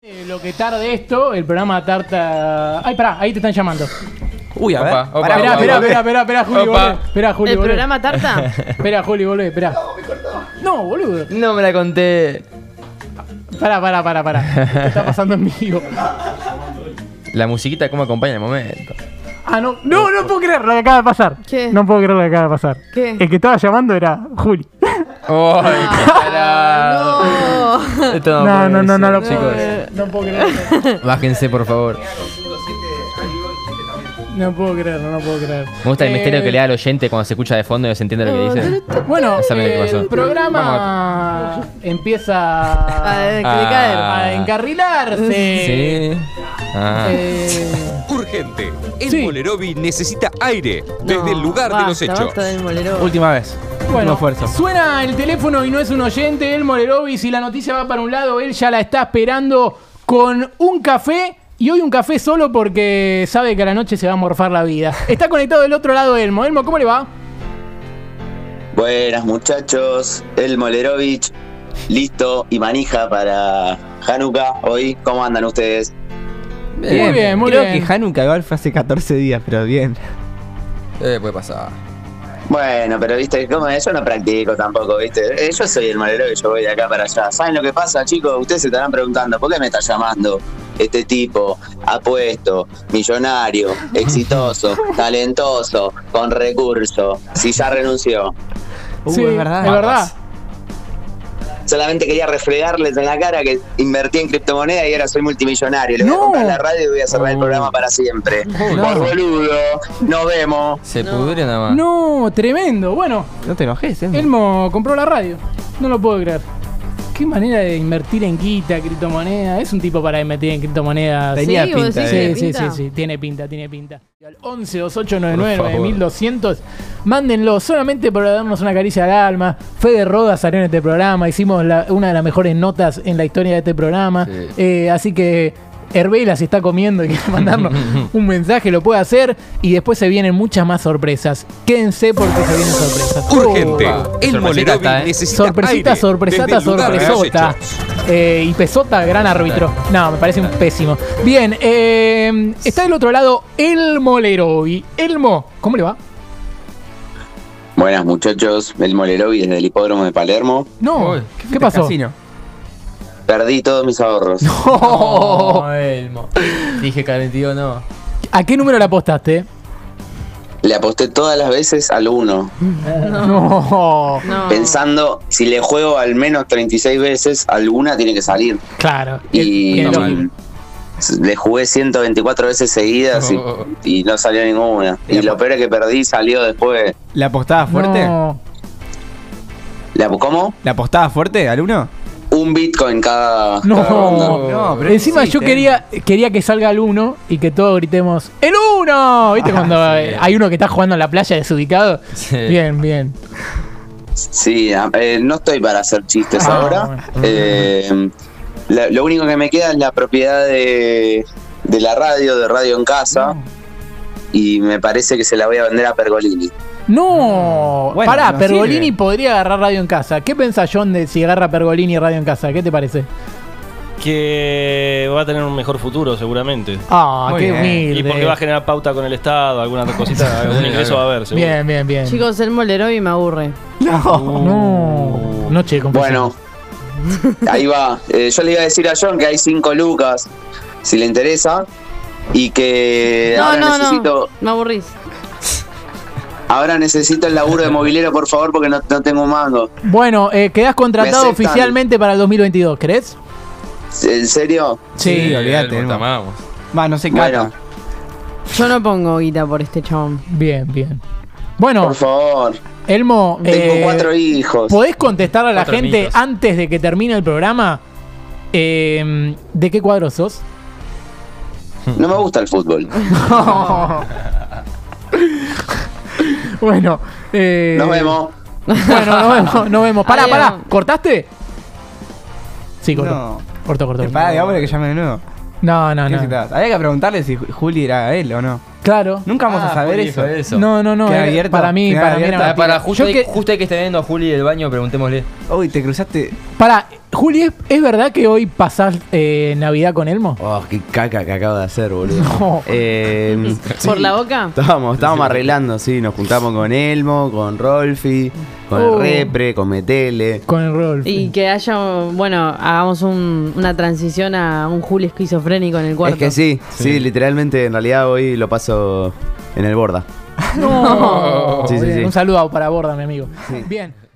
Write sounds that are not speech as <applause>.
Eh, Lo que tarde esto, el programa tarta. Ay, pará, ahí te están llamando. Uy, a Opa, ver. opa, Pará, Esperá, opa, pará, esperá, volvé. esperá, esperá, esperá, Juli, Opa. volvé. Esperá, Juli, ¿El volvé. programa <laughs> Tarta? Esperá, Juli, volvé, esperá. No, boludo. No me la conté. Pará, pará, pará, pará. ¿Qué está pasando en vivo? La musiquita cómo acompaña el momento. Ah, no. No, no puedo creer lo que acaba de pasar. ¿Qué? No puedo creer lo que acaba de pasar. ¿Qué? El que estaba llamando era Juli. Ay, <laughs> qué tarado. No. Esto No, no, no, no, lo puede ser, chicos. puedo- No puedo creer. Bájense, por favor. No puedo creer, no puedo creer. Me gusta el Eh, misterio que le da al oyente cuando se escucha de fondo y no se entiende lo que dice. Bueno, No saben qué pasó. el programa A empieza a, clicar. Ah. encarrilarse. Sí. Ah. Eh, Urgente. El Sí. Bolerovi necesita aire desde No, el lugar de los basta, hechos. basta del molero. Última vez. Último Bueno, esfuerzo. suena el teléfono y no es un oyente, el Morerovis, y la noticia va para un lado, él ya la está esperando con un café, y hoy un café solo porque sabe que a la noche se va a morfar la vida. Está conectado del otro lado Elmo. Elmo, ¿cómo le va? Buenas muchachos, el Molerovich, listo y manija para Hanukkah hoy. ¿Cómo andan ustedes? Muy bien, muy Creo bien. que Hanukkah igual fue hace 14 días, pero bien. Eh, puede pasar. Bueno, pero viste, ¿cómo es? yo no practico tampoco, viste. Eh, Yo soy el Molerovich, yo voy de acá para allá. ¿Saben lo que pasa, chicos? Ustedes se estarán preguntando, ¿por qué me está llamando este tipo apuesto, millonario, exitoso, talentoso, con recurso, si ya renunció? Uh, Sí, es verdad. Es verdad. Solamente quería refregarles en la cara que invertí en criptomoneda y ahora soy multimillonario. Le voy No. a comprar la radio y voy a cerrar Oh. el programa para siempre. Por boludo, nos vemos. Se pudre nada más. No, tremendo. Bueno, No te enojes, eh. Elmo compró la radio. No lo puedo creer. Qué manera de invertir en guita, criptomonedas. Es un tipo para invertir en criptomonedas. Tenía Sí, vos pinta decís Sí, que- de. sí, sí, pinta? sí, tiene pinta, tiene pinta. Al Por favor. 11-2899-1200, mándenlo solamente para darnos una caricia al alma. Fede Rodas salió en este programa, hicimos la- una de las mejores notas en la historia de este programa. Sí. Eh, así que Herbela se está comiendo y quiere mandarnos un mensaje, lo puede hacer. Y después se vienen muchas más sorpresas. Quédense porque se vienen sorpresas. Oh. Urgente. Opa. El Sorpresita Molerovi está, eh. necesita Sorpresita, aire desde sorpresata, el lugar de los sorpresota. hechos. Eh, y Pesota, gran árbitro. No, me parece un pésimo. Bien, eh, está del otro lado Elmo Leroy. Elmo, ¿cómo le va? Buenas muchachos, el Molerovi desde el hipódromo de Palermo. No, Uy, ¿qué, fuiste pasó? <laughs> Casino. Perdí todos mis ahorros. No, Elmo. Oh. Dije 42 no. Oh. ¿A qué número le apostaste? Le aposté todas las veces al uno, No. No. pensando si le juego al menos 36 veces, alguna tiene que salir. Claro. Y Tiene no, lógica. mal. le jugué 124 veces seguidas y- Oh. y, no salió ninguna. Y lo peor es que perdí salió después. ¿La apostaba fuerte? No. ¿La, ¿Cómo? ¿La apostaba fuerte al uno? un Bitcoin cada. No. cada ronda. No, pero Encima existe, yo quería, quería que salga el 1 y que todos gritemos ¡El 1! ¿Viste cuando eh, hay uno que está jugando en la playa desubicado? Sí. Bien, bien. Sí, a- eh, no estoy para hacer chistes Ah, ahora. Eh, la- lo único que me queda es la propiedad de, de la radio, de Radio en Casa. Ah. Y me parece que se la voy a vender a Pergolini. No, Bueno, pará, no Pergolini sirve. podría agarrar radio en casa. ¿Qué piensa John de si agarra Pergolini radio en casa? ¿Qué te parece? que va a tener un mejor futuro seguramente. Ah, Muy qué bien. humilde. Y porque va a generar pauta con el Estado, alguna otra cosita, algún ingreso va a haber, seguro. Bien, bien, bien. Chicos, el molero y me aburre. No, noche de Bueno, confesiones. ahí va. Eh, yo le iba a decir a John que hay cinco lucas, si le interesa. Y que No, Eh, ahora, no, no. necesito, Me aburrís. ahora necesito el laburo de movilero, por favor, porque no, no tengo mango. Bueno, eh, quedás contratado Me aceptan. oficialmente para el 2022, ¿crees? ¿En serio? Sí, olvídate, Elmo, Elmo. Te amamos. Va, no se Bueno, cata. Yo no pongo guita por este chabón. Bien, bien. Bueno, por favor. Elmo, Tengo eh, cuatro hijos. ¿podés contestar a la Cuatro gente hermanitos. antes de que termine el programa? Eh, ¿De qué cuadro sos? No me gusta el fútbol. <laughs> bueno, eh, Nos vemos. Bueno, nos vemos, nos vemos. Pará, Adiós. pará. ¿Cortaste? Sí, cortó. No. Cortó, cortó. Te pará, digámosle que llame de nuevo. No, no, ¿Qué se no. trata? Había que preguntarle si Ju- Juli era él o no. Claro. Nunca vamos Ah, a saber Juli eso. fue eso. No, no, no. ¿Queda era- abierto? Para mí, ¿Queda para mí era abierto? una Para, para mentira. justo, Yo ahí- que- justo ahí que esté viendo a Juli del baño, preguntémosle. Uy, te cruzaste. Pará, Juli, ¿es, es verdad que hoy pasás eh, Navidad con Elmo? Oh, qué caca que acabo de hacer, boludo. <laughs> No. Eh, ¿Por sí. la boca? Estábamos, estábamos arreglando, sí. Nos juntamos con Elmo, con Rolfi, con Oh. el Repre, con Metele. Con el rol. Y que haya, bueno, hagamos un- una transición a un Julio esquizofrénico en el cuarto. Es que sí, sí, literalmente, en realidad hoy lo paso en el borda. No. Sí, sí, Bien, sí. Un saludo para Borda, mi amigo. Bien.